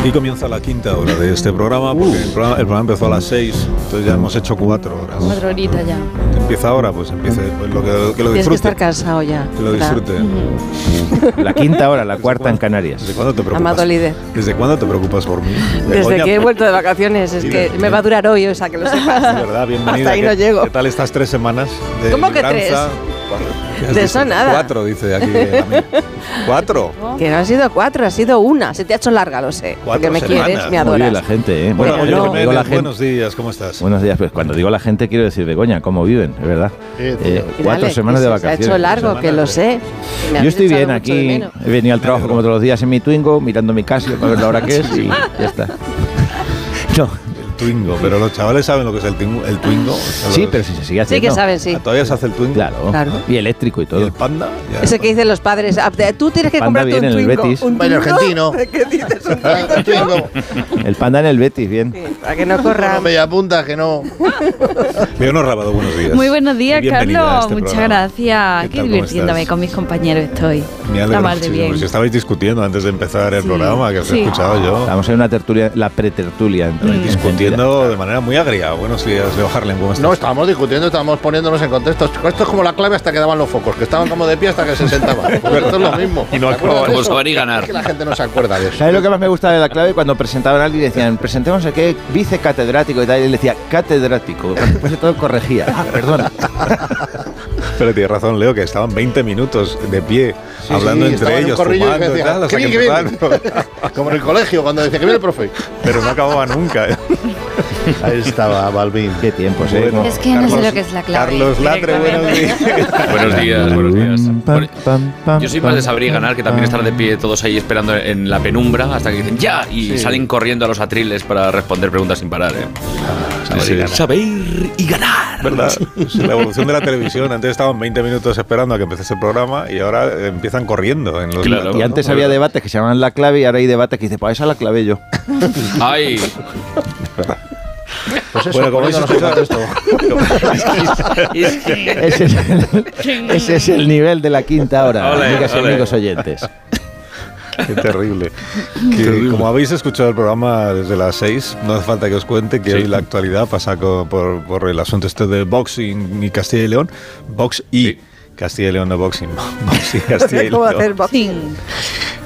Aquí comienza la quinta hora de este programa, porque el, programa, el programa empezó a las seis, entonces ya hemos hecho cuatro horas. Cuatro horitas ya. ¿Qué Empieza ahora, pues empiece, pues lo que, que lo Tienes que disfrute. estar cansado ya. Que lo ¿verdad? disfrute. La quinta hora, la cuarta en Canarias. ¿Desde cuándo te preocupas? Amado líder. ¿Desde cuándo te preocupas por mí? Desde Begoña, que he vuelto de vacaciones, es Sí, que pues, desde- me va a durar hoy, o sea que lo de sepas. verdad, bienvenida. Hasta ahí ¿Qué- no llego. ¿Qué tal estas tres semanas? De ¿Cómo que libranza? ¿Qué has De dicho? eso nada. Cuatro, dice aquí. eh, a mí. ¿Cuatro? Que no ha sido cuatro, ha sido una. Se te ha hecho larga, lo sé. Cuatro Porque me semanas. quieres, me Como vive la adoras. gente, ¿eh? Bueno, Pero oye, no. Jiménez, digo la gente- buenos días, ¿cómo estás? Buenos días, pues cuando digo la gente quiero decir Begoña, cómo viven, es verdad. Eh, Y cuatro dale, semanas que de se os vacaciones. Ha hecho largo, semanas que lo de- sé. Me Yo habéis estoy echado bien mucho de aquí, menos. he venido al trabajo como todos los días en mi Twingo, mirando mi Casio para ver la hora que es y ya está. No, El Twingo, pero los chavales saben lo que es el Twingo. El twingo o sea, sí, los- pero si se sigue Sí haciendo. que saben, sí. Ah, ¿Todavía se hace el Twingo? Claro. Claro. Y eléctrico y ¿Y el todo. panda? Ya. Ese que dicen los padres, ah, te- tú tienes que Panda comprarte un viene en el Twingo. Betis. ¿Un Baile Twingo? argentino. ¿Qué dices? ¿Un Ah, Twingo? Twingo. El panda en el Betis, bien. Sí, Para que no Bueno, corran. media punta que no. Leonor Rabado, buenos días. Muy buenos días, Y bienvenida a Carlos. este Muchas programa. gracias. ¿Qué Qué tal, cómo divirtiéndome estás? con mis compañeros estoy. Me Está alegro mal de muchísimo, bien. porque estabais discutiendo antes de empezar el Sí, programa, que os he sí. escuchado yo. Estamos en una tertulia, la pretertulia. entre- Estabais discutiendo de manera muy agria. Buenos días, Leo Harlem, ¿cómo estás? No, estábamos discutiendo, estábamos poniéndonos en contexto. Esto es como la clave hasta que daban los focos, que estaban como de pie hasta que se sentaban. Pues esto es lo mismo. Y no ¿Te acuerdas acabamos. de eso? Saber y ganar. Es que la gente no se acuerda de eso. ¿Sabes lo que más me gustaba de la clave? Cuando presentaban a alguien y decían, presentemos a qué vicecatedrático y tal, y él decía, catedrático. Después de todo corregía. Ah, perdona. Pero tienes razón, Leo, que estaban 20 minutos de pie Sí, hablando sí, entre estaban en ellos, corrillo y fumando y decían, tal, hasta "Que que viene, que empezaron. Como en el colegio, cuando decía que viene el profe. Pero no acababa nunca. ¿eh? Ahí estaba Balvin. Qué tiempos, ¿eh? Bueno, Es que no sé lo que es la clave. Carlos Latre, buenos días. Buenos días, buenos días. Bueno, yo soy más de saber Sabrí y ganar, que también estar de pie todos ahí esperando en la penumbra hasta que dicen ya y salen corriendo a los atriles para responder preguntas sin parar. ¿eh? sí. Saber y ganar. ¿Verdad? Es La evolución de la televisión. Antes estaban 20 minutos esperando a que empezase el programa y ahora empiezan corriendo en los Claro. platos, Y ¿no? antes había debates que se llamaban la clave y ahora hay debates que dicen, pues esa la clave yo. Ay, Pues eso, Bueno, como habéis poniéndonos en escuchado contexto. esto. es que- Ese es el, ese es el nivel de la quinta hora, Ole, amigas y ole. amigos oyentes. Qué terrible. Que, Como habéis escuchado el programa desde las 6, no hace falta que os cuente que Sí. hoy la actualidad pasa co- por, por el asunto este de boxing y Castilla y León. Box y Sí. Castilla y León, no boxing. Box y Castilla y ¿Cómo León. hacer boxing?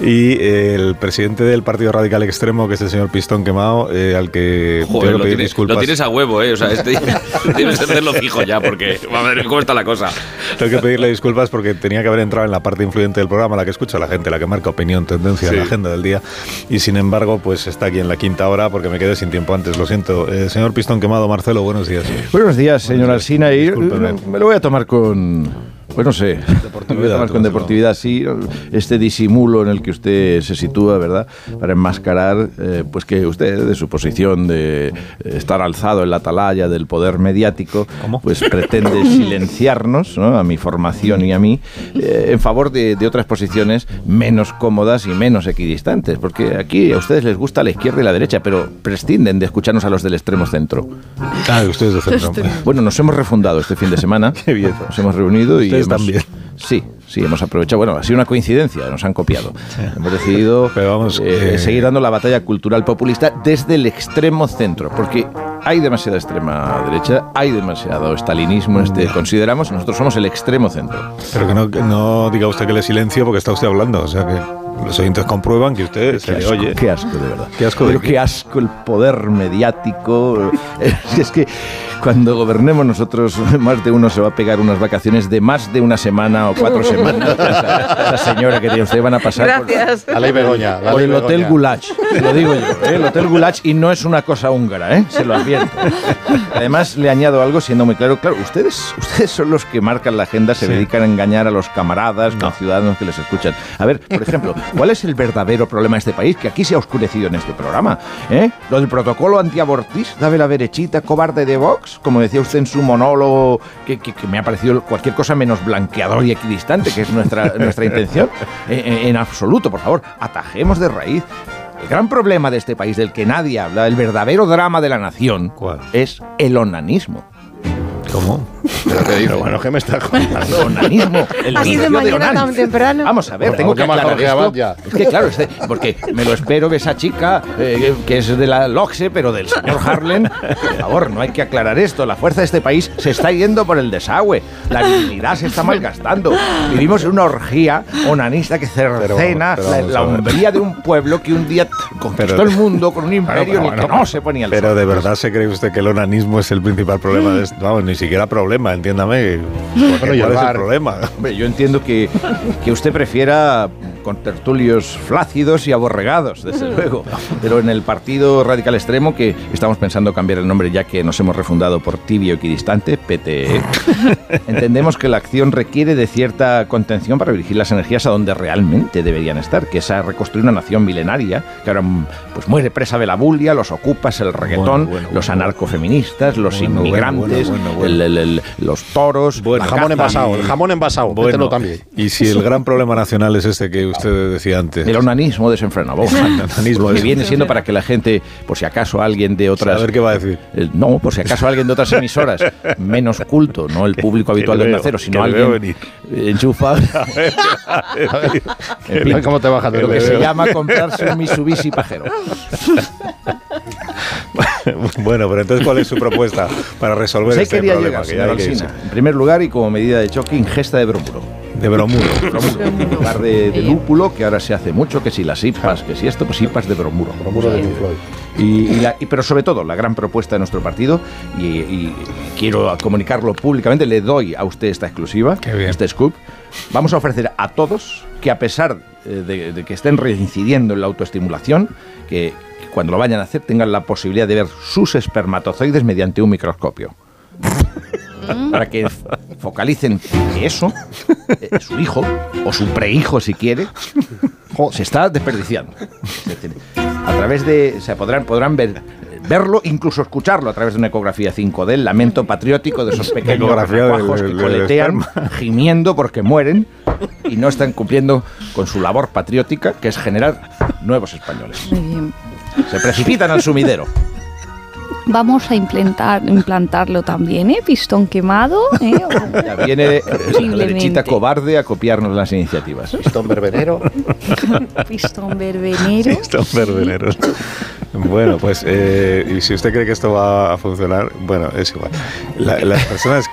Y eh, el presidente del Partido Radical Extremo, que es el señor Pistón Quemado, eh, al que Joder, tengo que lo, pedir tienes, disculpas. lo tienes a huevo, ¿eh? O sea, este, debes de hacerlo fijo ya, porque madre, ¿cómo está la cosa? Tengo que pedirle disculpas porque tenía que haber entrado en la parte influyente del programa, la que escucha la gente, la que marca opinión, tendencia, Sí. la agenda del día. Y sin embargo, pues está aquí en la quinta hora porque me quedé sin tiempo antes, lo siento. Eh, señor Pistón Quemado, Marcelo, buenos días. Buenos días, señor Alsina. Y eh, Discúlpeme. me lo voy a tomar con. Pues no sé. Me lo voy a tomar con tómatelo. deportividad, sí. Este disimulo en el que usted se sitúa, ¿verdad? Para enmascarar, eh, pues que usted, de su posición de eh, estar alzado en la atalaya del poder mediático, ¿Cómo? pues pretende silenciarnos, ¿no? A mi formación y a mí, eh, en favor de, de otras posiciones menos cómodas y menos equidistantes. Porque aquí a ustedes les gusta la izquierda y la derecha, pero prescinden de escucharnos a los del extremo centro. Ah, ustedes de centro. Bueno, nos hemos refundado este fin de semana. Qué bien. Nos hemos reunido y. Ustedes hemos- también. Sí, sí, hemos aprovechado. Bueno, ha sido una coincidencia, nos han copiado. Hemos decidido Pero vamos, eh, eh, seguir dando la batalla cultural populista desde el extremo centro, porque hay demasiada extrema derecha, hay demasiado estalinismo, este, consideramos, nosotros somos el extremo centro. Pero que no, que no diga usted que le silencio porque está usted hablando. O sea que los oyentes comprueban que usted se le asco, oye. qué asco, de verdad. Qué asco de Pero qué. qué asco el poder mediático. Es, es que cuando gobernemos nosotros, más de uno se va a pegar unas vacaciones de más de una semana o cuatro semanas. Esa, esa señora que tiene usted van a pasar por- Gracias. La ley Begoña. por, La ley el Begoña. Hotel Gulach. Lo digo yo, ¿eh? el Hotel Gulach y no es una cosa húngara, ¿eh? se lo advierto. Además, le añado algo siendo muy claro. Claro, ustedes, ustedes son los que marcan la agenda, se Sí. dedican a engañar a los camaradas, No. con ciudadanos que les escuchan. A ver, por ejemplo, ¿cuál es el verdadero problema de este país? Que aquí se ha oscurecido en este programa. ¿eh? Lo del protocolo antiabortista de la derechita cobarde de Vox, como decía usted en su monólogo, que, que- que me ha parecido cualquier cosa menos blanqueador y equidistante, que es nuestra, nuestra intención. Eh, eh, en absoluto, por favor, atajemos de raíz. El gran problema de este país, del que nadie habla, el verdadero drama de la nación, ¿Cuál? es el onanismo. ¿Cómo? ¿Pero qué dices? Pero bueno, ¿qué me estás contando? Onanismo. El Así de vicio mañana onanismo. tan temprano. Vamos a ver, Por tengo favor, que llama a aclarar Jorge esto. Abad ya. Es que claro, este- porque me lo espero de esa chica eh, que es de la LOXE, pero del señor Harlan. Por favor, no hay que aclarar esto. La fuerza de este país se está yendo por el desagüe. La dignidad se está malgastando. Vivimos en una orgía onanista que cercena pero la, vamos la a ver. hombría de un pueblo que un día conquistó Pero- el mundo con un imperio Claro, en el pero que bueno, no se ponía el Pero sol. de verdad se cree usted que el onanismo es el principal problema. de esto? Vamos, ni siquiera problema, entiéndame. Porque Bueno, y el ¿Cuál es el bar. problema? Hombre, yo entiendo que, que usted prefiera con tertulios flácidos y aborregados, desde luego. Pero en el partido radical extremo, que estamos pensando cambiar el nombre ya que nos hemos refundado por tibio equidistante, E. PTE, entendemos que la acción requiere de cierta contención para dirigir las energías a donde realmente deberían estar, que es a reconstruir una nación milenaria, que ahora mm, pues, muere presa de la bulia, los ocupas, el reggaetón, Bueno, bueno, los bueno. anarcofeministas, los Bueno, bueno, inmigrantes, bueno, bueno, bueno. el- el- el- los toros, Bueno, el la jamón caza. envasado, el jamón envasado, mételo también. y si el gran problema nacional es este que usted decía antes. El onanismo desenfrenado. onanismo que viene desenfrenado. siendo para que la gente, por si acaso alguien de otras. A ver qué va a decir. Eh, no, por si acaso alguien de otras emisoras, menos culto, no el público habitual le de veo, Onda Cero, sino que le veo alguien eh, enchufado, en Ay, fin, ¿Cómo te bajas del lo que se bebé? llama comprarse un Mitsubishi pajero. bueno, pero entonces, ¿cuál es su propuesta para resolver Pues ahí este quería problema? llegar, Que señor ya hay que irse. Alsina. En primer lugar y como medida de choque, ingesta de bromuro. De bromuro. En lugar de, de lúpulo, que ahora se hace mucho, que si las IPAs, que si esto, pues IPAs de bromuro. Muro de Pink Floyd. Y, y la- y- pero sobre todo, la gran propuesta de nuestro partido, y, y quiero comunicarlo públicamente, le doy a usted esta exclusiva, Qué bien. este scoop. Vamos a ofrecer a todos que a pesar eh, de, de que estén reincidiendo en la autoestimulación, que, que cuando lo vayan a hacer tengan la posibilidad de ver sus espermatozoides mediante un microscopio. Mm. Para que f- focalicen que eso, eh, su hijo, o su prehijo si quiere, Jo, se está desperdiciando. Es decir, a través de. O sea, podrán, podrán ver, verlo, incluso escucharlo a través de una ecografía 5D, el lamento patriótico de esos pequeños Ecografía renacuajos del- que del coletean, esperma. gimiendo porque mueren y no están cumpliendo con su labor patriótica, que es generar nuevos españoles. Muy bien. Se precipitan al sumidero. Vamos a implantar, implantarlo también, ¿eh? Pistón quemado, ¿eh? O- Ya viene eh, la Posiblemente. derechita cobarde a copiarnos las iniciativas. Pistón verbenero. Pistón verbenero. Están verbeneros. Bueno, pues eh, y si usted cree que esto va a funcionar, bueno, es igual. La- las personas,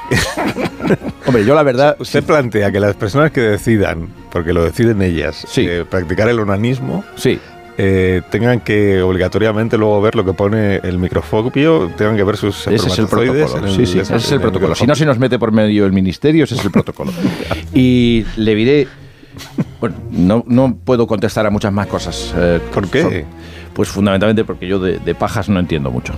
Hombre, yo la verdad. usted plantea que las personas que decidan, porque lo deciden ellas, Sí. eh, practicar el onanismo, Sí. eh, tengan que obligatoriamente luego ver lo que pone el microscopio, tengan que ver sus Ese es el espermatozoides protocolo. en Sí, sí, ese en es el protocolo. Si no se microscopio. nos mete por medio el ministerio, ese es el protocolo. Y le diré. Bueno, no, no puedo contestar a muchas más cosas. eh, ¿Por qué? son- Pues fundamentalmente porque yo de, de pajas no entiendo mucho.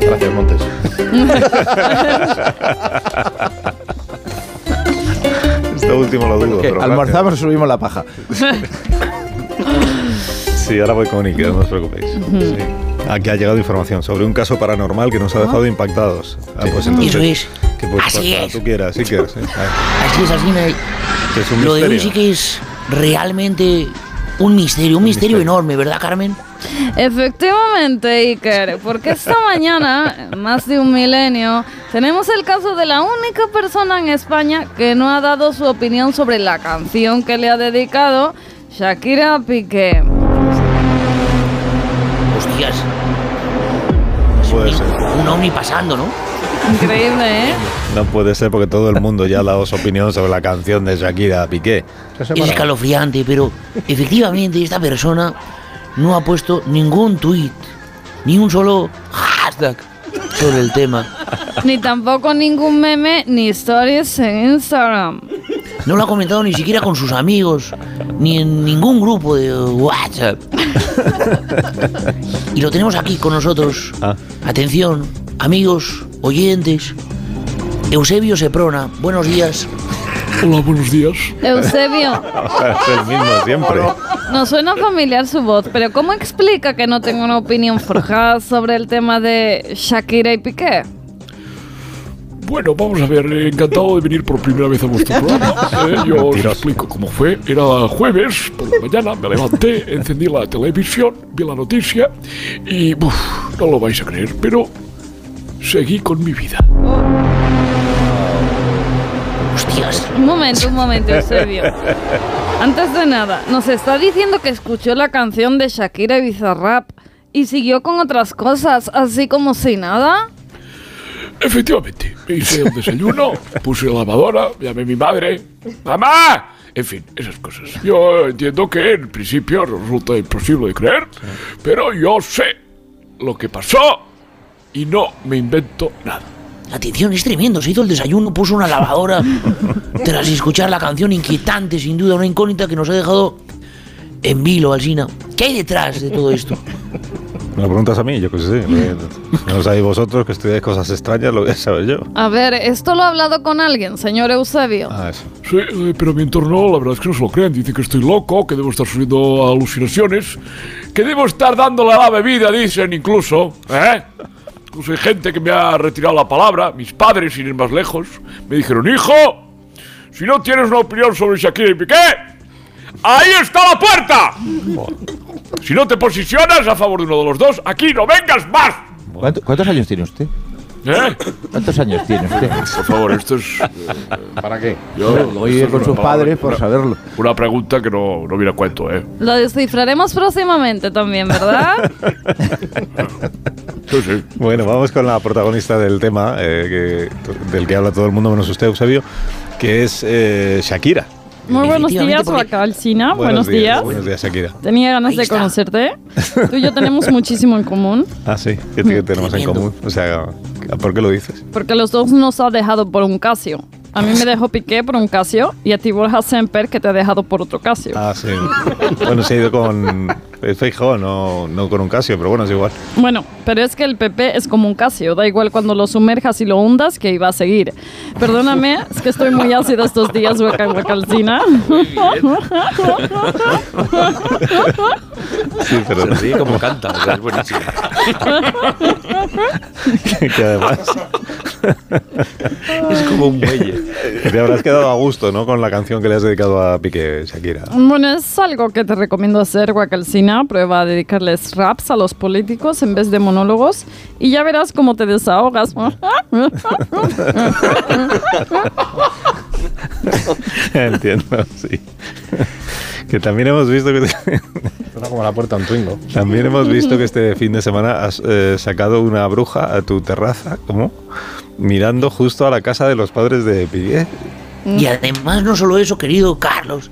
Gracias, Montes. Esto último lo dudo. Que pero almorzamos y subimos la paja. gracias. Sí, ahora voy con Iker, no os preocupéis. Sí. Aquí ha llegado información sobre un caso paranormal que nos Ah. ha dejado impactados. Ah, pues entonces, Eso es. que pues, Así cuanta es. tú quieras, Iker. Sí, Ah, Así es, Pues así me- que es un Lo de hoy misterio. sí que es realmente un misterio, un misterio enorme, ¿verdad, Carmen? Efectivamente, Iker, porque esta mañana, más de un milenio, tenemos el caso de la única persona en España que no ha dado su opinión sobre la canción que le ha dedicado Shakira a Piqué. Hostias, No puede ser. un ovni pasando, ¿no? Increíble, ¿eh? No puede ser porque todo el mundo ya ha dado su opinión sobre la canción de Shakira Piqué. Es escalofriante, pero efectivamente esta persona no ha puesto ningún tweet, ni un solo hashtag sobre el tema. Ni tampoco ningún meme ni stories en Instagram. No lo ha comentado ni siquiera con sus amigos, ni en ningún grupo de WhatsApp. Y lo tenemos aquí con nosotros. Ah. Atención, amigos, oyentes. Eusebio Seprona, buenos días. Hola, buenos días. Eusebio, es el mismo siempre. nos suena familiar su voz, pero ¿cómo explica que no tenga una opinión forjada sobre el tema de Shakira y Piqué? Bueno, vamos a ver, eh, encantado de venir por primera vez a vuestro programa. Eh, yo os Mentiroso. explico cómo fue. Era jueves por la mañana, me levanté, encendí la televisión, vi la noticia y uf, no lo vais a creer, pero seguí con mi vida. Hostias. Un momento, un momento, Eusebio. Antes de nada, nos está diciendo que escuchó la canción de Shakira y Bizarrap y siguió con otras cosas, así como si nada. Efectivamente, me hice el desayuno, puse la lavadora, llamé a mi madre, ¡Mamá! En fin, esas cosas. Yo entiendo que en principio resulta imposible de creer, pero yo sé lo que pasó y no me invento nada. Atención, es tremendo. Se hizo el desayuno, puso una lavadora. tras escuchar la canción inquietante, sin duda, una incógnita que nos ha dejado en vilo, Alsina. ¿Qué hay detrás de todo esto? Me lo preguntas a mí, yo que sé. Mm. lo- No lo sabéis vosotros que estudiáis cosas extrañas, lo voy a saber yo. A ver, esto lo ha hablado con alguien, señor Eusebio. Ah, eso. Sí, eh, pero mi entorno, la verdad es que no se lo creen. Dicen que estoy loco, que debo estar subiendo alucinaciones, que debo estar dándole a la bebida, dicen incluso. ¿eh? Incluso hay gente que me ha retirado la palabra, mis padres, sin ir más lejos, me dijeron, hijo, si no tienes una opinión sobre Shakira y Piqué, ahí está la puerta. Si no te posicionas a favor de uno de los dos, aquí no vengas más. ¿Cuánto- ¿Cuántos años tiene usted? ¿Eh? ¿Cuántos años tiene usted? Por favor, esto es... ¿Para qué? Yo, Lo oí esto es con una sus palabra- padres por una- saberlo. Una pregunta que no, no viene a cuento, ¿eh? Lo descifraremos próximamente también, ¿verdad? Sí, sí. Bueno, vamos con la protagonista del tema, eh, que- t- del que habla todo el mundo menos usted, Eusebio, que es eh, Shakira. Muy buenos Efectivamente, días, porque- acá Alcina. Ah, Buenos, días. Buenos días, Shakira. Tenía ganas Ahí de está. conocerte. Tú y yo tenemos muchísimo en común, Ah, sí, ¿qué t- qué Mm. tenemos en Tremendo. común? O sea, ¿por qué lo dices? porque los dos nos has dejado por un Casio. A mí me dejó Piqué por un Casio y a ti Borja Semper que te ha dejado por otro Casio. Ah, sí. bueno, se ha ido con Feijóo, no, no con un Casio, pero bueno, es igual. Bueno, pero es que el PP es como un Casio, da igual cuando lo sumerjas y lo hundas que iba a seguir. Perdóname, es que estoy muy ácido estos días, hueca huecalcina. Sí, pero Se ríe como canta, o sea, es buenísimo. que además Es como un buey. te habrás quedado a gusto, ¿no? Con la canción que le has dedicado a Piqué, Shakira. Bueno, es algo que te recomiendo hacer, Guacalcina. Prueba a dedicarles raps a los políticos en vez de monólogos y ya verás cómo te desahogas. Entiendo, sí. Que también hemos visto que Suena como la puerta a un Twingo. también hemos visto que este fin de semana has eh, sacado una bruja a tu terraza, ¿cómo? Mirando justo a la casa de los padres de Piqué. Mm. Y además, no solo eso, querido Carlos.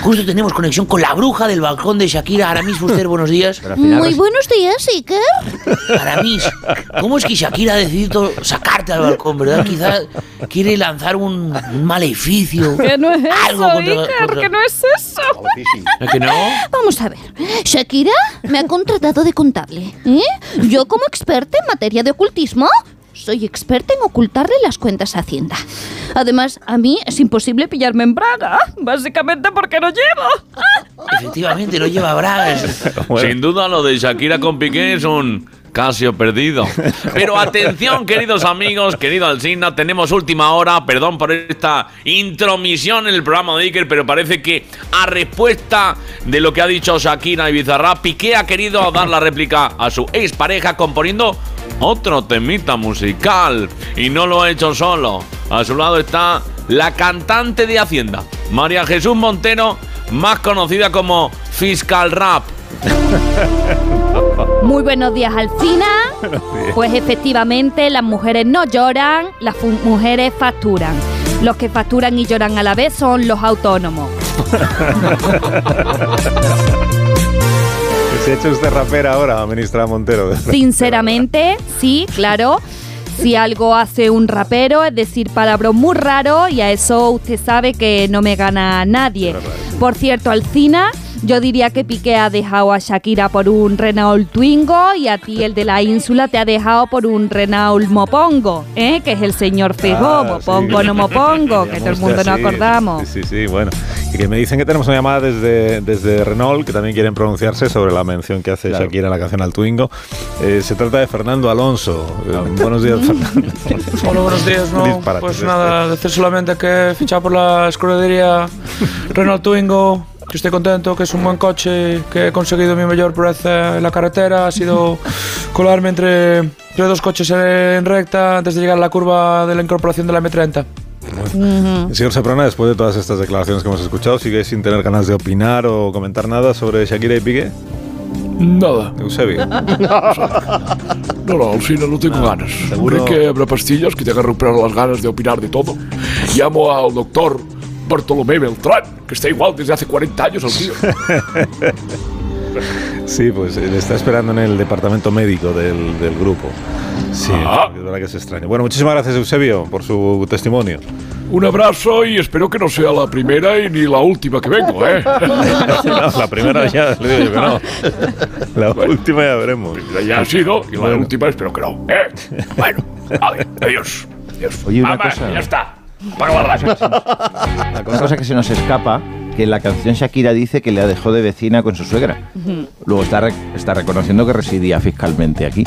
Justo tenemos conexión con la bruja del balcón de Shakira. Aramis Fuster, buenos días. Muy buenos días, Iker. Aramis, ¿cómo es que Shakira ha decidido sacarte al balcón, verdad? Quizás quiere lanzar un, un maleficio. que no es eso, Algo contra la- Iker, contra- que no es eso. ¿A que no? Vamos a ver. Shakira me ha contratado de contable. ¿eh? Yo como experta en materia de ocultismo, soy experta en ocultarle las cuentas a Hacienda. Además, a mí es imposible pillarme en Braga, básicamente porque no llevo. Efectivamente, no lleva bragas. Bueno. Sin duda lo de Shakira con Piqué es un Casio perdido. Pero atención, queridos amigos, querido Alsina, tenemos última hora. Perdón por esta intromisión en el programa de Iker, pero parece que a respuesta de lo que ha dicho Shakira y Bizarra, Piqué ha querido dar la réplica a su expareja componiendo otro temita musical. Y no lo ha hecho solo. A su lado está la cantante de Hacienda, María Jesús Montero, más conocida como Fiscal Rap. Muy buenos días, Alcina. Pues efectivamente, las mujeres no lloran, las fu- mujeres facturan. Los que facturan y lloran a la vez son los autónomos. Se ha hecho usted rapera ahora, ministra Montero. Sinceramente, sí, claro. Si algo hace un rapero, es decir, palabras muy raros, y a eso usted sabe que no me gana nadie. Por cierto, Alcina, yo diría que Piqué ha dejado a Shakira por un Renault Twingo y a ti, el de la ínsula, te ha dejado por un Renault Mopongo, ¿eh? que es el señor Feijóo, Ah, sí. Mopongo no Mopongo, que todo el Digamos mundo que no así. acordamos. Sí, sí, sí, bueno. Y que me dicen que tenemos una llamada desde, desde Renault, que también quieren pronunciarse sobre la mención que hace Claro. Shakira a la canción al Twingo. Eh, se trata de Fernando Alonso. Eh, buenos Mm. días, Fernando. Hola, buenos días. No, Disparate, pues este. nada, decir solamente que he fichado por la escudería Renault Twingo, que estoy contento, que es un buen coche, que he conseguido mi mayor pureza en la carretera. Ha sido colarme entre, entre dos coches en recta antes de llegar a la curva de la incorporación de la M30. Señor Saprona, después de todas estas declaraciones que hemos escuchado, ¿sigue sin tener ganas de opinar o comentar nada sobre Shakira y Piqué? Nada. Eusebio. No, no, Alcina, no tengo ganas. seguro. Crec que habrá pastillas que te hagan romper las ganas de opinar de todo. Llamo al doctor Bartolomé Beltrán, que está igual desde hace 40 años al tío. Sí, pues eh, le está esperando en el departamento médico del, del grupo. Sí, Ah. es verdad que es extraño. Bueno, muchísimas gracias, Eusebio, por su testimonio. Un abrazo y espero que no sea la primera y ni la última que vengo, ¿eh? No, la primera ya le digo yo que no. La última ya veremos. Ya ha sido y la Bueno. última espero que no, ¿eh? Bueno, a ver, adiós. adiós. Oye, una Ah, va, cosa. Ya está. Apaga la radio. Una cosa que se nos escapa, que en la canción Shakira dice que la dejó de vecina con su suegra. Luego está, re- está reconociendo que residía fiscalmente aquí.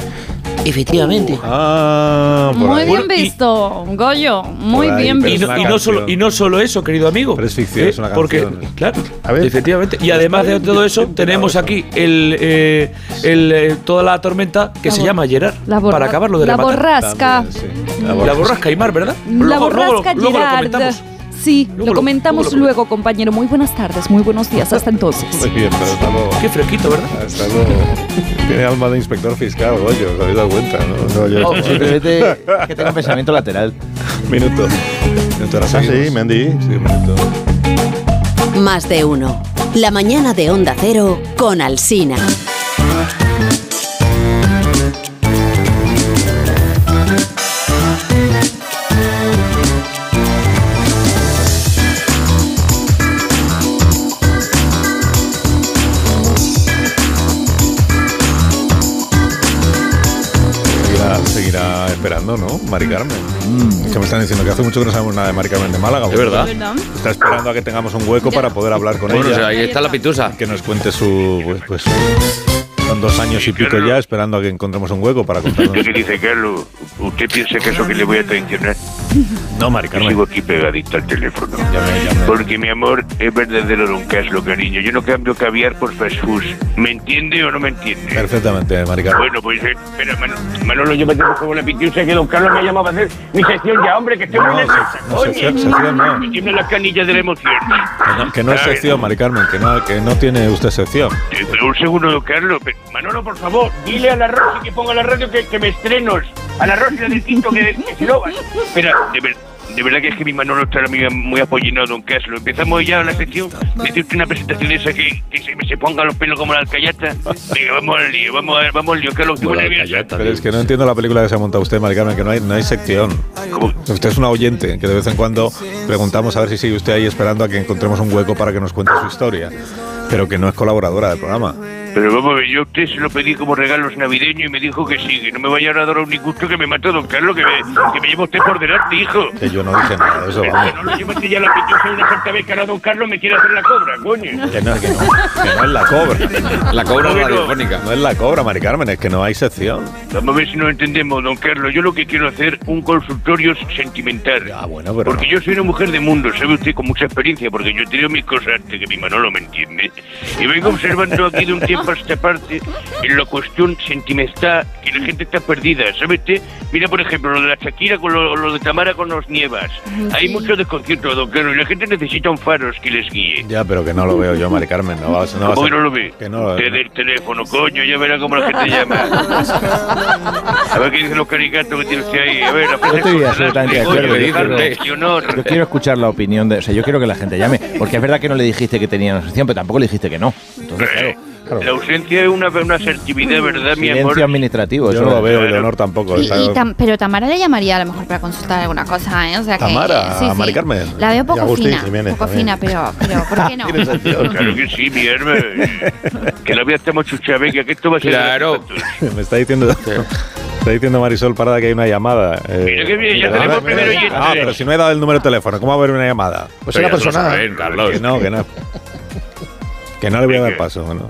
Efectivamente. Ah, por Muy ahí. bien Bueno, y- visto, Goyo. Muy ahí, bien pero Y es visto. no, una y no solo, canción. y no solo eso, querido amigo. Eh, Pero es ficción, es una Porque, canción. claro, A ver. efectivamente. Y además de todo eso, tenemos aquí el, eh, el, eh, toda la tormenta que se borra- llama Gerard. La borra- para acabarlo de la la matar. borrasca. También, sí. La borrasca Aymar, ¿verdad? La Luego- luego- borrasca luego lo Gerard. comentamos. Sí, lo Luego lo- comentamos luego lo luego, compañero. Muy buenas tardes, muy buenos días. Hasta entonces. Muy bien, pero hasta luego. Qué fresquito, ¿verdad? Hasta luego. Tiene alma de inspector fiscal, Goyo, os habéis dado cuenta, ¿no? No, yo- No, simplemente que tenga un pensamiento lateral. Minuto. Minuto, ahora Ah, sí, seguimos. Mendy. Sí, un minuto. Más de uno. La mañana de Onda Cero con Alsina. Seguirá, seguirá esperando, ¿no? Mari Carmen. Es que me están diciendo que hace mucho que no sabemos nada de Mari Carmen de Málaga. Es verdad. Está esperando a que tengamos un hueco para poder hablar con Bueno, o ella. sea, ahí está la pitusa. que nos cuente su. Pues, pues, son dos años y pico ya esperando a que encontremos un hueco para contarnos. dice Carlos, ¿usted piensa que eso que le voy a traicionar? No, Mari Carmen. aquí pegadito al teléfono. Ya me- ya me- Porque mi amor es verdadero don Caslo, cariño. Yo no cambio caviar por fast food. ¿Me entiende o no me entiende? Perfectamente, Mari Carmen. Bueno, pues eh, espera, Manolo, Manolo, yo me tengo como la pitiusa que don Carlos me llamaba a hacer mi gestión ya, hombre, que estoy No, muy nerviosa. se- no, sección- sección no. me tiemblan las canillas de la emoción. Que no, que no es A ver, sección, Mari Carmen, que no, que no tiene usted sección. eh, pero un segundo, don Carlos. pero- Manolo, por favor, dile a la Rosy que ponga la radio que, que me estrenos. A la Rosy la del Tinto que, que se lo va. Espera, de, ver- de verdad que es que mi Manolo está ahora mismo muy apoyado, don Carlos. Empezamos ya la sección. Mete usted una presentación esa que, que se, se ponga los pelos como la alcayata. Venga, vamos al lío, vamos a ver, vamos al lío, Carlos. estoy muy nervioso. Pero es que no entiendo la película que se ha montado usted, Mari Carmen, que no hay, no hay sección. Usted es una oyente que de vez en cuando preguntamos a ver si sigue usted ahí esperando a que encontremos un hueco para que nos cuente su historia. Pero que no es colaboradora del programa. Pero vamos a ver, yo a usted se lo pedí como regalos navideños y me dijo que sí, que no me vaya a dar un disgusto que me mata don Carlos, que me, que me lleva usted por delante, hijo. Que yo no dije nada de eso, vamos. Pero no lo llévate ya la pitusa una santa vez que ahora don Carlos me quiere hacer la cobra, coño. Que no, que no, que no es la cobra. La cobra Bueno. radiofónica. No es la cobra, Mari Carmen, es que no hay sección. Vamos a ver si nos entendemos, don Carlos. Yo lo que quiero hacer un consultorio sentimental. Ah, bueno, pero Porque no. yo soy una mujer de mundo, sabe usted, con mucha experiencia, porque yo he tenido mis cosas antes que mi Manolo me entiende. Y vengo observando aquí de un tiempo a esta parte en la cuestión sentimental, que la gente está perdida, ¿sabe usted? Mira, por ejemplo, lo de la Shakira con lo, lo de Tamara con los Nievas. Hay muchos desconciertos, don Carlos, y la gente necesita un faros que les guíe. Ya, pero que no lo veo yo, Mari Carmen. No vas, no vas ¿Cómo a- que no lo ve? Que no lo Desde veo. el teléfono, coño, ya verá cómo la gente llama. A ver qué dicen los caricatos que tiene usted ahí. A ver, la estoy absolutamente de acuerdo, yo creo- Yo quiero escuchar la opinión de. O sea, yo quiero que la gente llame. Porque es verdad que no le dijiste que tenía una sección, pero tampoco le dijiste que no. Entonces, claro. claro, La ausencia es una, una asertividad, ¿verdad, mi amor? Silencio administrativo. Yo eso no lo es. veo, y Leonor tampoco. Y- Pues, está- y tam- pero Tamara le llamaría a lo mejor para consultar alguna cosa, ¿eh? O sea que, Tamara, sí, sí. Mari Carmen. La veo Y poco Agustín fina, Jiménez poco también. fina, pero, pero ¿por qué no? Tiene sentido. Claro que sí, mi hermano. Que la vida estamos chucha, venga, que esto va a ser... Claro. Me está diciendo Está diciendo Marisol Parada que hay una llamada. eh. Mira que bien, ya Perdona, tenemos mira, primero mira. oyente. Ah, pero si no he dado el número de teléfono, ¿cómo va a haber una llamada? Pues Pero era ya tú lo personal. sabes, Carlos. Que no, que no. Que no le voy a dar paso. ¿no?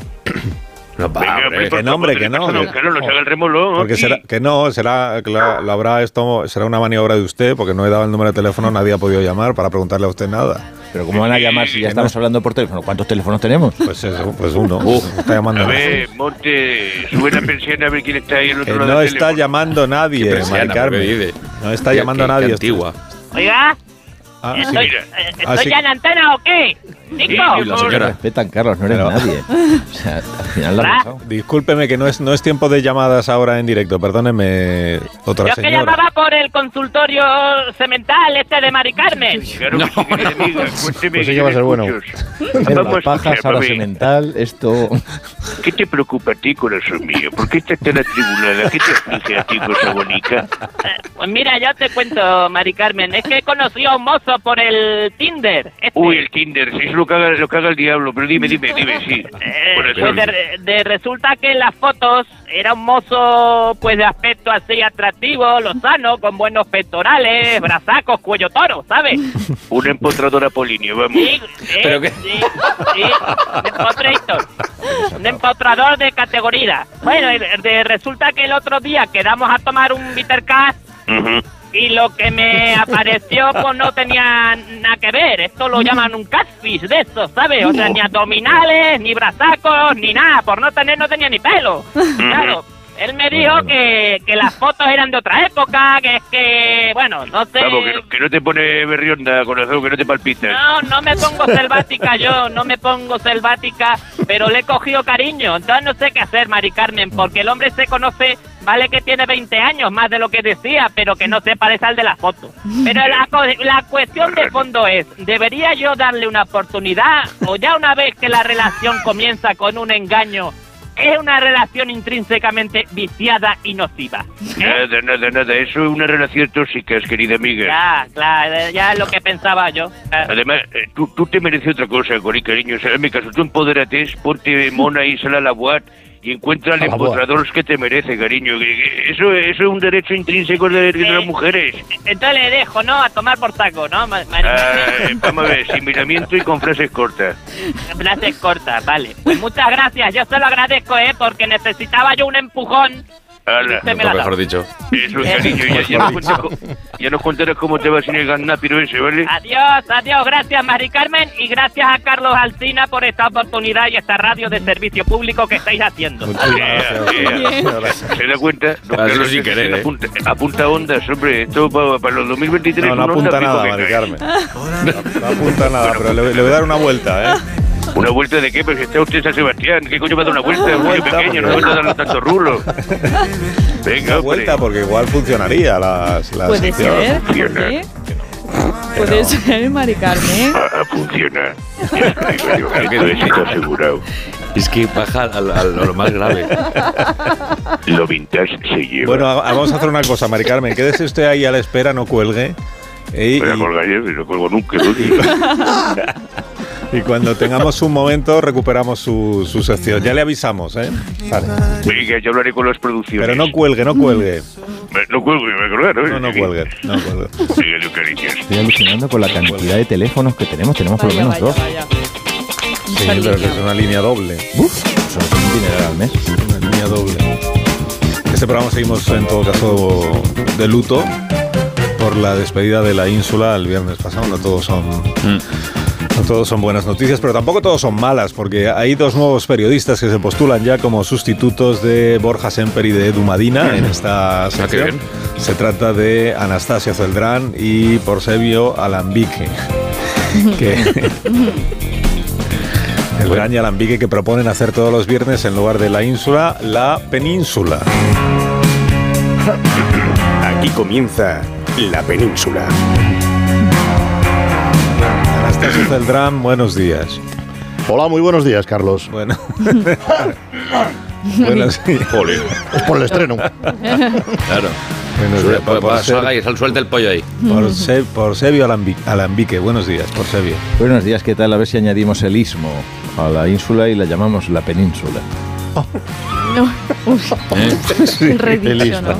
Venga, hombre, que por no, hombre, favor, que no. pasa, que- don Carlos, no se haga el remolón. Porque aquí. será, que no, será, que la, la habrá esto, será una maniobra de usted, porque no he dado el número de teléfono, nadie ha podido llamar para preguntarle a usted nada. Pero ¿cómo van a llamar si ya estamos hablando por teléfono? ¿Cuántos teléfonos tenemos? Pues eso, pues uno. Está llamando. Uh. A ver, Monte, sube la persiana a ver quién está ahí al Que otro lado no del está teléfono. llamando nadie, Qué persiana, Mari Carmen. ¿qué dice? No está Qué- llamando qué- nadie. qué antigua. Oiga, Ah, sí. ¿estoy, eh, Ah, estoy sí. ya en antena o qué? Nico. Respetan, Carlos, no eres nadie. O sea, al final la Ra. han usado. Discúlpeme que no es, no es tiempo de llamadas ahora en directo, perdóneme otra Yo que señora. llamaba por el consultorio semental este de Mari Carmen. No, no. Pues sí que va a ser bueno. Pero Vamos a la paja, escuchar, Sara mami. Semental, esto... ¿Qué te preocupa a ti, corazón mío? ¿Por qué estás tan atribulada? ¿Qué te aflige a ti, cosa bonita? Pues mira, yo te cuento, Mari Carmen, es que conocí a un mozo por el Tinder. Este, Uy, el Tinder, sí, lo caga, lo caga el diablo, pero dime, dime, dime, sí. eh, Por pues eso- de, de- resulta que en las fotos era un mozo pues de aspecto así atractivo, lozano, con buenos pectorales, brazacos, cuello toro, ¿sabes? Una empotradora polinio, vamos. Sí, sí, Sí, sí, un empotrador. Un empotrador de categoría. Bueno, el- de- resulta que el otro día quedamos a tomar un bittercast y lo que me apareció pues no tenía nada que ver. Esto lo llaman un catfish de eso, ¿sabes? O sea, ni abdominales, ni brazacos, ni nada. Por no tener, no tenía ni pelo. Claro. Él me dijo que, que las fotos eran de otra época, que es que, bueno, no sé. Vamos, que no, que no te pone berrionda, corazón, que no te palpitas. No, no me pongo selvática yo, no me pongo selvática, pero le he cogido cariño. Entonces no sé qué hacer, Mari Carmen, porque el hombre se conoce, vale que tiene 20 años, más de lo que decía, pero que no se parece al de la foto. Pero la, co- la cuestión de fondo es, ¿debería yo darle una oportunidad o ya una vez que la relación comienza con un engaño, es una relación intrínsecamente viciada y nociva? Nada, nada, nada, eso es una relación tóxica, querida amiga. Ya, claro, ya es lo que pensaba yo. Claro. Además, eh, tú, tú te mereces otra cosa, Cori, cariño. O sea, en mi caso, tú empodérate, ponte mona y sal a la UAT y encuentra al A la boat. empotrador que te merece, cariño. Que- que Eso, eso es un derecho intrínseco de, de las mujeres. Entonces le dejo, ¿no? A tomar por saco, ¿no? Ma- Mari Ah, vamos a ver, sin miramiento y con frases cortas. Gracias, corta, vale. Pues muchas gracias, yo se lo agradezco, ¿eh? Porque necesitaba yo un empujón. Ala. Usted me la da. Mejor dicho. Eso, cariño, ya, ya nos cuentas co- ya nos contarás cómo te va sin el gannápiro ese, ¿vale? Ah. Adiós, adiós, gracias Mari Carmen y gracias a Carlos Alcina por esta oportunidad y esta radio de servicio público que estáis haciendo. Eh, eh, ¿Se da cuenta? Don Ha sido Carlos, sin que querer, ¿eh? apunta, apunta ondas, hombre. Esto para, para los 2023 No, no una onda apunta fijo nada, que Mari cae. Carmen. No, no apunta nada, pero le, le voy a dar una vuelta, ¿eh? ¿Una vuelta de qué? Pues está usted en San Sebastián. ¿Qué coño va a dar una vuelta? Un niño Vuelta, pequeño, no porque- me va a darle tanto rulo. Venga, Una hombre. vuelta porque igual funcionaría la, la Puede sección. ser, ¿sí? ¿eh? Puede ser, Mari Carmen. Ah, funciona. Esto es asegurado. Es que baja al- al- a lo más grave. Lo vintage se lleva. Bueno, ha- vamos a hacer una cosa, Mari Carmen. Quédese usted ahí a la espera, no cuelgue. Y, Voy a y- colgar yo, no cuelgo nunca. ¿no? y cuando tengamos un momento, recuperamos su, su sección. Ya le avisamos, ¿eh? Vale. Venga, yo hablaré con las producciones. Pero no cuelgue, no cuelgue. Me- No cuelgo, me voy a colgar, ¿no? No, no cuelgue, no cuelgue. Venga, yo, cariños. Estoy alucinando con la cantidad de teléfonos que tenemos. Tenemos por lo menos dos. Sí, pero que es una línea doble. Uf, eso es un dineral al mes. Una línea doble. Este programa seguimos en todo caso de luto por la despedida de la ínsula el viernes pasado. No todos son. No todos son buenas noticias, pero tampoco todos son malas, porque hay dos nuevos periodistas que se postulan ya como sustitutos de Borja Semper y de Edu Madina en esta sección. bien. Se trata de Anastasia Celdrán y Porcebio Alambique. Que, el gran y alambique que proponen hacer todos los viernes en lugar de la ínsula, la península. Aquí comienza la península. Anastasia Celdrán, buenos días. Hola, muy buenos días, Carlos. Bueno. buenos días. Es por el estreno. Claro. Buenos Suele- días. por- Por, por- ser- suelga y sal- suelta el pollo ahí. por se- por Sebio Alambi- Alambique, buenos días, por Sebio. Buenos días, ¿qué tal? A ver si añadimos el istmo a la ínsula y la llamamos la península. No. Uf. ¿Eh? Redicho, el istmo. ¿no?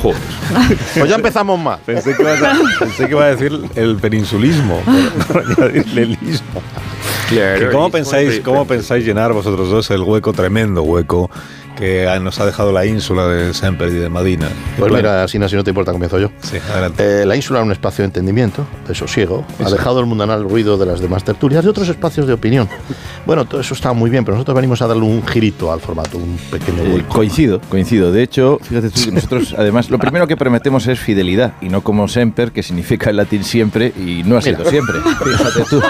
Joder. Pues ya empezamos mal. Pensé que ibas a, pensé que iba a decir el peninsulismo, pero para añadirle el ismo. Que ¿Cómo, ismo, pensáis, pe- ¿Cómo pensáis llenar vosotros dos el hueco, tremendo hueco, que ha- nos ha dejado la ínsula de Semper y de Madina? Pues mira, así no, si no te importa, comienzo yo. Sí, adelante. Eh, la ínsula es un espacio de entendimiento, de sosiego, Eso. alejado del mundanal ruido de las demás tertulias y otros espacios de opinión. Bueno, todo eso está muy bien, pero nosotros venimos a darle un girito al formato, un pequeño Eh, hueco. coincido, coincido. De hecho, fíjate tú que nosotros, además, lo primero que prometemos es fidelidad y no como semper, que significa en latín siempre y no ha sido Mira. siempre. Fíjate tú.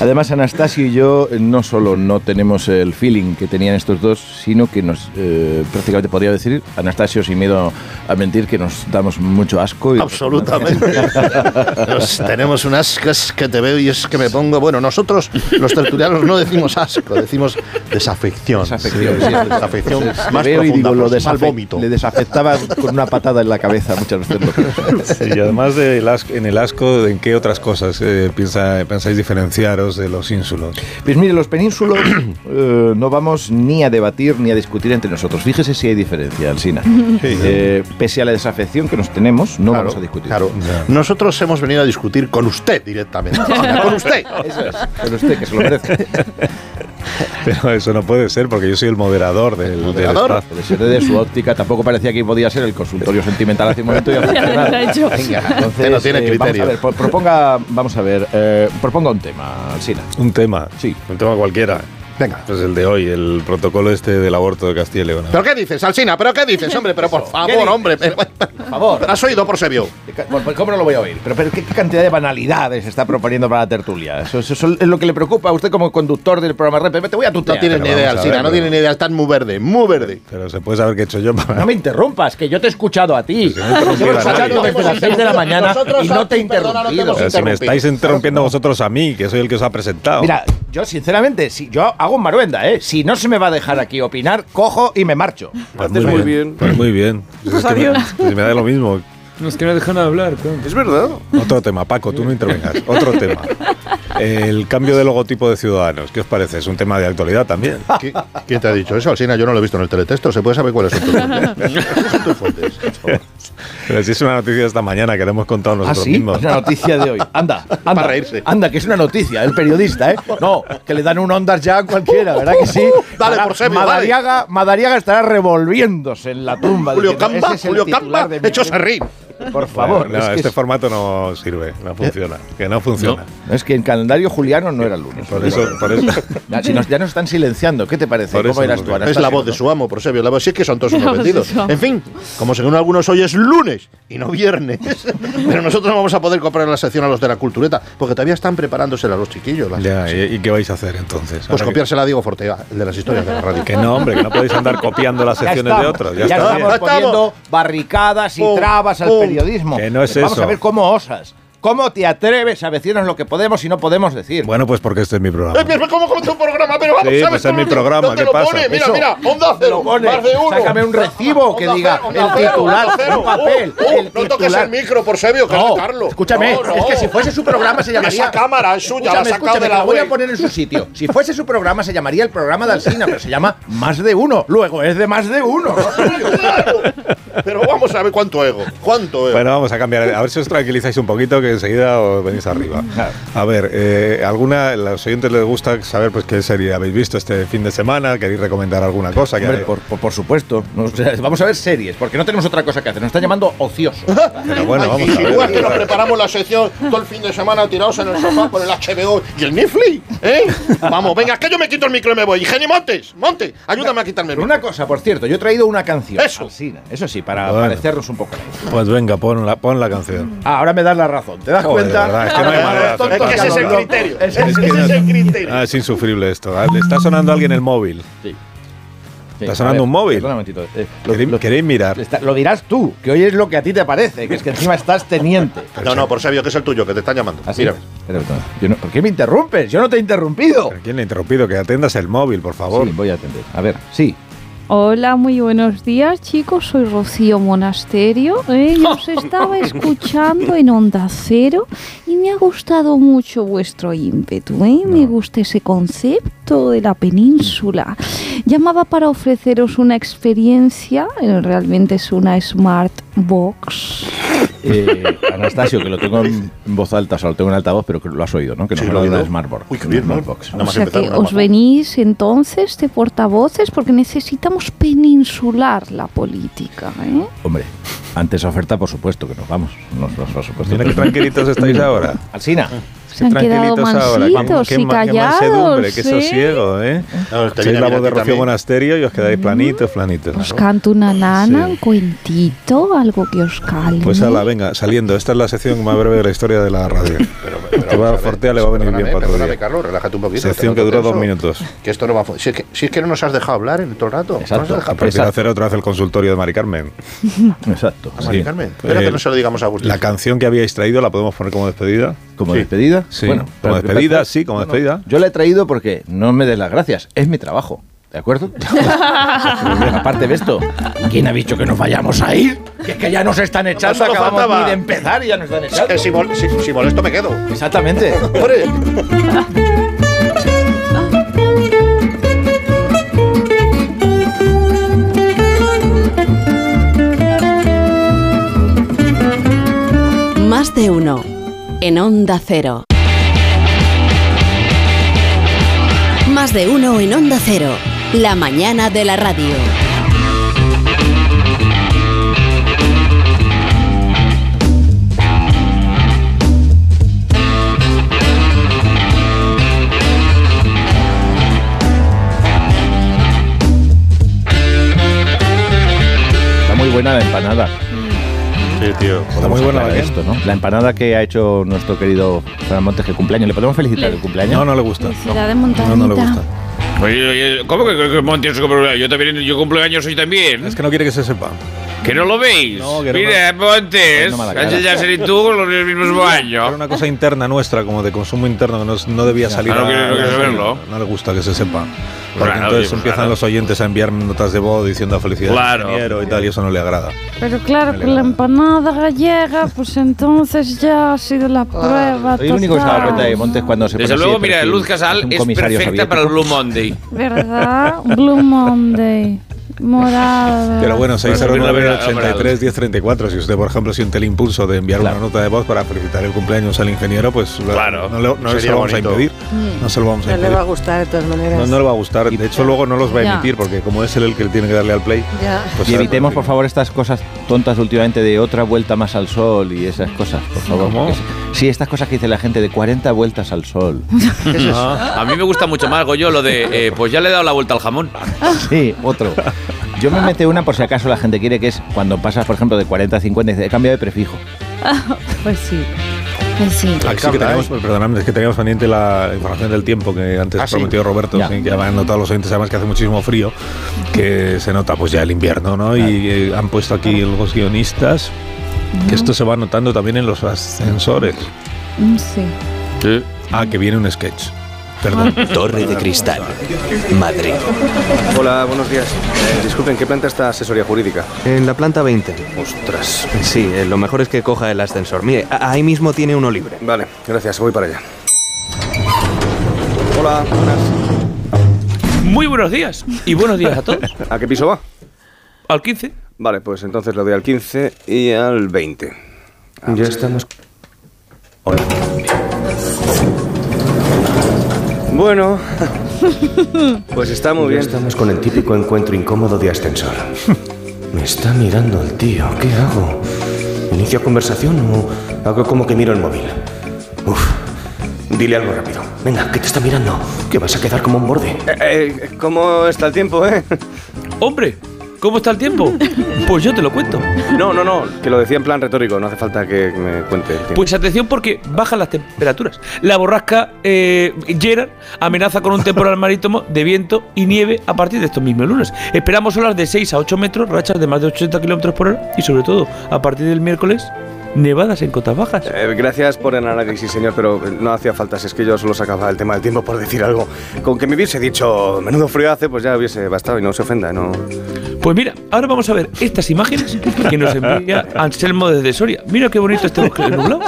además, Anastasio y yo eh, no solo no tenemos el feeling que tenían estos dos, sino que nos eh, prácticamente podría decir, Anastasio, sin miedo a mentir, que nos damos mucho asco. y- Absolutamente. Nos- tenemos un ascas que te veo y es que me pongo. Bueno, nosotros los tertulianos no decimos asco, decimos desafección. Desafección, Sí, sí. desafección Le más veo y profunda, digo, lo más al desafe- vómito. Le desafectaba con una patada en la cabeza muchas veces. lo que- Sí, y además del asco- en el asco, ¿en qué otras cosas eh, piensa- pensáis diferenciaros de los ínsulos? Pues mire, los penínsulos eh, no vamos ni a debatir ni a discutir entre nosotros. Fíjese si hay diferencia, Alsina. Eh, pese a la desafección que nos tenemos, no vamos a discutir. Claro. Nosotros hemos venido a discutir con usted directamente. con usted. Eso es, con usted, que se lo merece. Pero eso no puede ser, porque yo soy el moderador del, del Moderador. espacio. Puede ser desde su óptica, tampoco parecía que podía ser el consultorio sentimental hace un momento. Y Ya lo ha ha funcionado. hecho. Venga, Usted entonces, Este no tiene eh, Vamos criterio. a ver, pro- proponga, vamos a ver, eh, proponga un tema, Alsina. Un tema. Sí. Un tema cualquiera. Venga. Pues el de hoy, el protocolo este del aborto de Castilla y León. ¿Pero qué dices, Alsina? ¿Pero qué dices, hombre? Pero por favor, hombre. Por favor. ¿Has oído, Prosebio? Bueno, pues, ¿Cómo no lo voy a oír? Pero, pero ¿qué, qué cantidad de banalidades está proponiendo para la tertulia? Eso, eso- eso es lo que le preocupa a usted como conductor del programa Repe. Te voy a tutear. No tienes ni idea, Alsina, no tienes ni idea. Estás muy verde, muy verde. Pero se puede saber qué he hecho yo para... No me interrumpas, que yo te he escuchado a Pues ti. Te he escuchado desde las 6 de la mañana y no te he interrumpido. Pero Eh, si me estáis interrumpiendo vosotros a mí, que soy el que os ha presentado. Mira, yo sinceramente, si yo hago un maruenda, ¿eh? Si no se me va a dejar aquí opinar, cojo y me marcho. Pues muy bien. Pues muy bien. Pues es que me, pues me da lo mismo. No, es que no dejan hablar. Es verdad. Otro tema, Paco, tú no intervengas. Otro tema. El cambio de logotipo de Ciudadanos. ¿Qué os parece? Es un tema de actualidad también. ¿Quién te ha dicho eso, Alsina? Yo no lo he visto en el teletexto. ¿Se puede saber cuáles son tus fuentes? Pero si es una noticia de esta mañana que la hemos contado Ah, nosotros sí, mismos. es una noticia de hoy. Anda, anda. Para reírse. Anda, que es una noticia, el periodista, ¿eh? No, que le dan un ondas ya a cualquiera, ¿verdad que sí? Dale, Ahora, por serio, dale. Madariaga, Madariaga estará revolviéndose en la tumba. Julio diciendo, Camba, "Ese es el Julio titular Camba, de mi hecho prensa". serrín. Por favor. Bueno, no, es que este es- Eh, formato no sirve, no funciona. Que no funciona. No, es que en calendario juliano no era lunes. Por eso- por eso. Ya, si nos, ya nos están silenciando, ¿qué te parece? Por ¿Cómo eso irás no tú, sé. Es la Anastasio, voz de no? su amo, Prosebio. La voz, sí es que son todos unos La voz de vendidos. su amo. En fin, como según algunos hoy es lunes y no viernes. Pero nosotros no vamos a poder comprar la sección a los de la cultureta, porque todavía están preparándosela a los chiquillos. las- Ya, ¿y, y qué vais a hacer entonces? Pues Ahora que- copiársela a Diego Fortea, el de las historias de la radio. Que no, hombre, que no podéis andar copiando las Ya secciones de estamos, otros. Ya, Ya, está estamos bien. poniendo barricadas y Pum, trabas al pum. periodismo. Que no es Vamos eso. a ver cómo osas. ¿Cómo te atreves a decirnos lo que podemos y no podemos decir? Bueno, pues porque este es mi programa. ¿Cómo con tu programa? Pero Sí, pues es mi programa, ¿qué pasa? Eso. onda cero, más de uno. Sácame un recibo que diga el titular, un papel, el Uh, Oh, no toques titular. el micro, Prosebio, que No, es de Carlos. Escúchame, No, no. es que si fuese su programa se llamaría. Esa cámara es suya, la ha Escúchame, sacado escúchame, de que la lo voy a web. poner en su sitio. Si fuese su programa se llamaría el programa de Alsina, pero se llama Más de Uno. Luego es de Más de Uno. Pero vamos a ver cuánto ego, cuánto ego. Bueno, vamos a cambiar. A ver si os tranquilizáis un poquito, que enseguida os venís arriba. A ver, eh, alguna, a los oyentes les gusta saber pues qué serie habéis visto este fin de semana, queréis recomendar alguna cosa. Que Hombre, por, por- por supuesto. No, o sea, vamos a ver series, porque no tenemos otra cosa que hacer. Nos están llamando ociosos. Pero bueno, Ay, vamos si a ver. tú es que nos preparamos la sección todo el fin de semana tirados en el sofá con el HBO y el Netflix, ¿eh? Vamos, venga, que yo me quito el micro y me voy. Genio Montes, Montes, ayúdame a quitarme el Pero micro. una cosa, por cierto, yo he traído una canción. Eso. eso sí, para parecernos un poco. Pues venga, pon la, pon la canción. Ah, ahora me das la razón. ¿Te das Joder, de cuenta? Ah, verdad, es que no hay Los manera de tontos ya hacer nada. lo Ese es el logran. criterio, Ese es ese el es el criterio. Ah, es insufrible esto. Ah, Le está sonando alguien el móvil. Sí. Está a ver, sonando un móvil. perdona un momentito. Eh, ¿Queréis, queréis mirar? Está- lo dirás tú, que hoy es lo que a ti te parece, que es que encima estás teniente. ¿Ah, No, no, por sabio, que es el tuyo, que te están llamando. Así Mira. es. Espera, espera. Yo no- ¿Por qué me interrumpes? Yo no te he interrumpido. ¿Quién le ha interrumpido? Que atendas el móvil, por favor. Sí, voy a atender. A ver, sí. Hola, muy buenos días, chicos. Soy Rocío Monasterio. Eh, yo os estaba escuchando en Onda Cero y me ha gustado mucho vuestro ímpetu. ¿eh? Me gusta ese concepto de la península. Llamaba para ofreceros una experiencia, eh, realmente es una Smart Box. Eh, Anastasio, que lo tengo en en voz alta, o sea, lo tengo en altavoz, pero que lo has oído, ¿no? Que no Sí, me lo lo he una oído. Smartbox. Uy, qué bien, ¿no? Nada Nada O más sea empezar, que nada os más. venís entonces de portavoces porque necesitamos peninsular la política. ¿eh? Hombre, ante esa oferta, por supuesto que nos vamos. Nos, nos- por supuesto. Mira qué tranquilitos estáis ahora. Alsina. Se han quedado mansitos Qué y ma- qué callados. mansedumbre, qué ¿eh? sosiego, ¿eh? te Sois viene la bien a voz de ti Rocío también. Monasterio y os quedáis Mm. planitos, planitos. Os canto una nana, un cuentito, algo que os calme. Pues ala, venga, saliendo. Esta es la sección más breve de la historia de la radio. Que va a Fortea le va a venir bien Perdóname, para otro perdóname, día. Carlos, relájate un poquito. Sección te que noto dura tenso. dos minutos. Que esto no va a fun- si es que, si es que no nos has dejado hablar en todo el rato. No nos has dejado- Prefiero hacer otra vez el consultorio de Mari Carmen. Exacto. Ah, Mari Carmen, espera que no se lo digamos a Agustín. La canción que habíais traído la podemos poner como despedida. ¿Como despedida? Sí. Bueno, pero- como despedida, sí, como No, no, despedida. Yo la he traído porque no me des las gracias. Es mi trabajo. ¿De acuerdo? Aparte de esto, ¿quién ha dicho que nos vayamos a ir? Que es que ya nos están echando, Solo acabamos faltaba. ni de empezar y ya nos están Es echando. que si, mol- si- si molesto me quedo. Exactamente. Hombre, Más de uno. En Onda Cero. Más de uno en Onda Cero. La mañana de la radio. Está muy buena la empanada. Sí, tío. Está Vamos muy a buena aclarar la esto, ¿no? La empanada que ha hecho nuestro querido Fran Montes, que cumpleaños. ¿Le podemos felicitar el cumpleaños? No, no le gusta. Ciudad de montañita. Oye, oye, ¿Cómo que, que, que Montes, que- Yo también, yo cumplo años hoy también. Es que no quiere que se sepa. ¿Que no lo veis? No, que no Mira, pues, Montes, No, mala cara. Sánchez Yasser y tú con los mismos Era años. una cosa interna nuestra, como de consumo interno, que no, no debía salir. Ah, no a- quiere- no quiere saberlo. No le gusta que se sepa. Porque Claro, entonces oye, empiezan claro. los oyentes a enviar notas de voz diciendo felicidades Claro. ingeniero y tal, y eso no le agrada. Ah. Pero claro, con la empanada gallega, pues entonces ya ha sido la prueba. Ah, Soy el único que se ha dado cuenta de Montes cuando se Desde pone así luego, de mira, perfil, Luz hace Casal un es comisario perfecta para el soviético. Blue Monday. ¿Verdad? Blue Monday. Morada. Pero bueno, Bueno, bueno, 609-83-1034. Si usted, por ejemplo, siente el impulso de enviar una nota de voz para felicitar el cumpleaños al ingeniero, pues lo- no, le- no se Sería lo vamos bonito. a impedir. No se lo vamos a Mm. No le va a impedir. gustar de todas maneras. No, no le va a gustar. De hecho, luego no los va a Ya. emitir, porque como es él el que tiene que darle al play, Ya. pues y evitemos, por favor, estas cosas tontas últimamente de otra vuelta más al sol y esas cosas, por favor. ¿Cómo? porque es- Sí, estas cosas que dice la gente de 40 vueltas al sol. A mí me gusta mucho más, Goyo, lo de. eh, pues ya le he dado la vuelta al jamón. Sí, otro. Yo me metí una por si acaso la gente quiere, que es cuando pasas, por ejemplo, de 40 a 50 y dices, he cambiado de prefijo. Pues sí. Pues sí. Aquí sí que teníamos, perdonadme, pues es que teníamos pendiente la información del tiempo que antes Ah, sí. prometió Roberto, Ya. sí, que ya van notado los oyentes, además que hace muchísimo frío, que se nota pues ya el invierno, ¿no? Y eh, han puesto aquí los guionistas que esto se va notando también en los ascensores. Mm, Sí. Ah, que viene un sketch. Perdón. Torre de Cristal, Madrid. Hola, buenos días. Eh, disculpen, ¿qué planta está asesoría jurídica? En la planta 20. Ostras. Sí, eh, lo mejor es que coja el ascensor. Mire, a- ahí mismo tiene uno libre. Vale, gracias, voy para allá. Hola, buenas. Muy buenos días y buenos días a todos. ¿A qué piso va? Al 15. Vale, pues entonces le doy al 15 y al 20. ya estamos. Hola. Bueno, pues está muy Ya bien. estamos con el típico encuentro incómodo de ascensor. Me está mirando el tío. ¿Qué hago? ¿Inicio conversación o hago como que miro el móvil? Uf. Dile algo rápido. Venga, que te está mirando. Que vas a quedar como un borde. Eh, eh, ¿Cómo está el tiempo, eh? Hombre, ¿cómo está el tiempo? Pues yo te lo cuento. No, no, no, que lo decía en plan retórico, no hace falta que me cuente el tiempo. Pues atención porque bajan las temperaturas. La borrasca eh, Gerard amenaza con un temporal marítimo de viento y nieve a partir de estos mismos lunes. Esperamos olas de 6 a 8 metros, rachas de más de 80 kilómetros por hora y sobre todo a partir del miércoles nevadas en cotas bajas. Eh, gracias por el análisis, señor, pero no hacía falta, si es que yo solo sacaba el tema del tiempo por decir algo. Con que me hubiese dicho, menudo frío hace, pues ya hubiese bastado y no se ofenda, no. Pues mira, ahora vamos a ver estas imágenes que nos envía Anselmo desde Soria. Mira qué bonito este bosque nublado.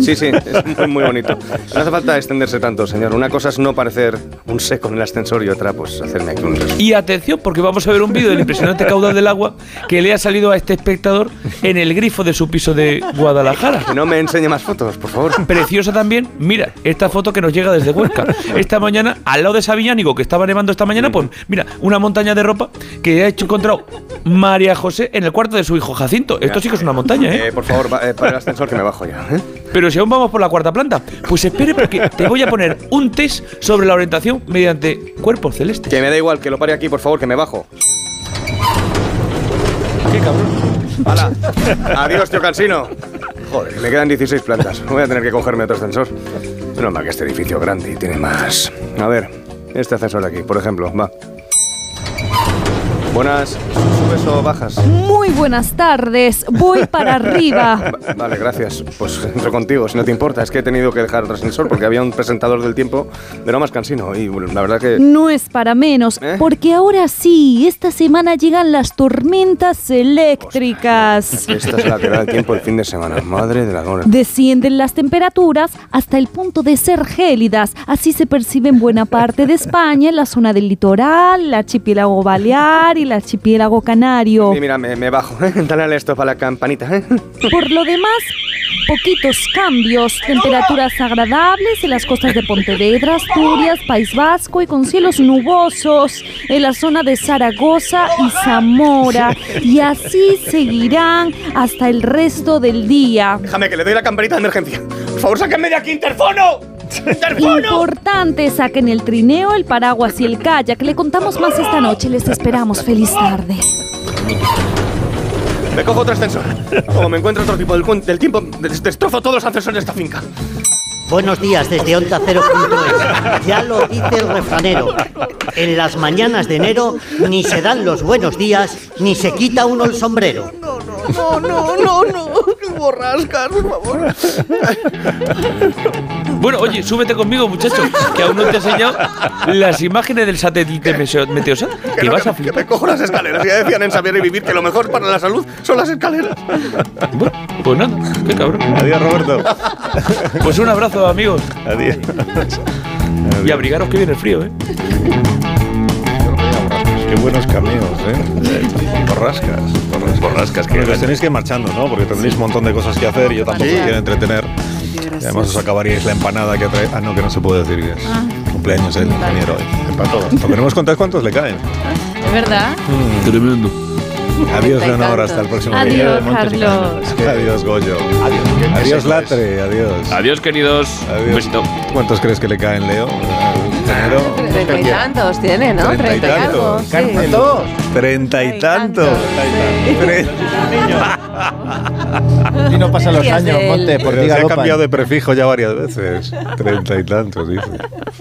Sí, sí, es muy, muy bonito. No hace falta extenderse tanto, señor. Una cosa es no parecer un seco en el ascensor y otra, pues, hacerme aquí un resumen. Y atención, porque vamos a ver un vídeo del impresionante caudal del agua que le ha salido a este espectador en el grifo de su piso de Guadalajara. No me enseñe más fotos, por favor. Preciosa también. Mira, esta foto que nos llega desde Huesca. Esta mañana, al lado de Sabiñánigo, que estaba nevando esta mañana, pues mira, una montaña de ropa que ha hecho encontrado María José en el cuarto de su hijo Jacinto. Esto sí que es una montaña, ¿eh? Eh, por favor, va- eh, para el ascensor que me bajo ya. ¿eh? Pero si aún vamos por la cuarta planta, pues espere porque te voy a poner un test sobre la orientación mediante cuerpos celestes. Que me da igual, que lo pare aquí, por favor, que me bajo. Qué cabrón. ¡Hala! ¡Adiós, tío Calsino! Joder, me quedan 16 plantas. Voy a tener que cogerme otro ascensor. Menos mal que este edificio es grande y tiene más. A ver, este ascensor de aquí, por ejemplo, va. Buenas. ¿Subes o bajas? Muy buenas tardes, voy para arriba. Va- Vale, gracias. Pues entro contigo, si no te importa. Es que he tenido que dejar otro ascensor porque había un presentador del tiempo de lo más cansino. Y bueno, la verdad Mm. que. No es para menos, ¿Eh? porque ahora sí, esta semana llegan las tormentas eléctricas. Esta es la que da el tiempo el fin de semana. Madre de la lora. Descienden las temperaturas hasta el punto de ser gélidas. Así se percibe en buena parte de España, en la zona del litoral, el archipiélago balear y el archipiélago canario. Y mira, me, me bajo. ¿eh? Dale al esto para la campanita. ¿eh? Por lo demás, poquitos cambios, temperaturas agradables en las costas de Pontevedra, Asturias, País Vasco y con cielos nubosos en la zona de Zaragoza y Zamora. Y así seguirán hasta el resto del día. Déjame que le doy la campanita de emergencia. Por favor, sáquenme de aquí, interfono. Interfono. Importante, saquen el trineo, el paraguas y el kayak. Le contamos más esta noche, les esperamos. Feliz tarde. Me cojo otro ascensor. O me encuentro otro tipo del, cuen- del tiempo. des- Destrozo todos los ascensores de esta finca. Buenos días desde Onda Cero. Ya lo dice el refranero. En las mañanas de enero ni se dan los buenos días ni se quita uno el sombrero. No, no, no, no. Borrascas, por favor. Bueno, oye, súbete conmigo, muchacho, que aún no te he enseñado las imágenes del satélite meseo- Meteosat. Que vas a flipar. Cojo las escaleras. Ya decían en Saber y Vivir que lo mejor para la salud son las escaleras. Pues nada, qué cabrón. Adiós, Roberto. Pues un abrazo, amigos. Adiós. Y abrigaros que viene el frío, ¿eh? Qué buenos cameos, ¿eh? Borrascas. Borrascas, que os tenéis que ir marchando, ¿no? Porque tendréis un montón de cosas que hacer y yo tampoco Sí. os quiero entretener. Y además os acabaríais la empanada que trae. Ah, no, que no se puede decir que es Ah. cumpleaños del ingeniero eh. hoy. Empató. Lo queremos contar cuántos le caen. ¿Es verdad? Tremendo. Adiós, Leonor, hasta el próximo día. Adiós, Carlos. Adiós, Goyo. Adiós. Adiós, Latre. Adiós. Adiós, queridos. Un besito. ¿Cuántos crees que le caen, Leo? Treinta y tantos tiene, ¿no? Treinta y algo. sí. Treinta y tantos. Y no pasan los años, Monte, por Pero se ha dígalo, cambiado de prefijo ya varias veces. Treinta y tantos, dice.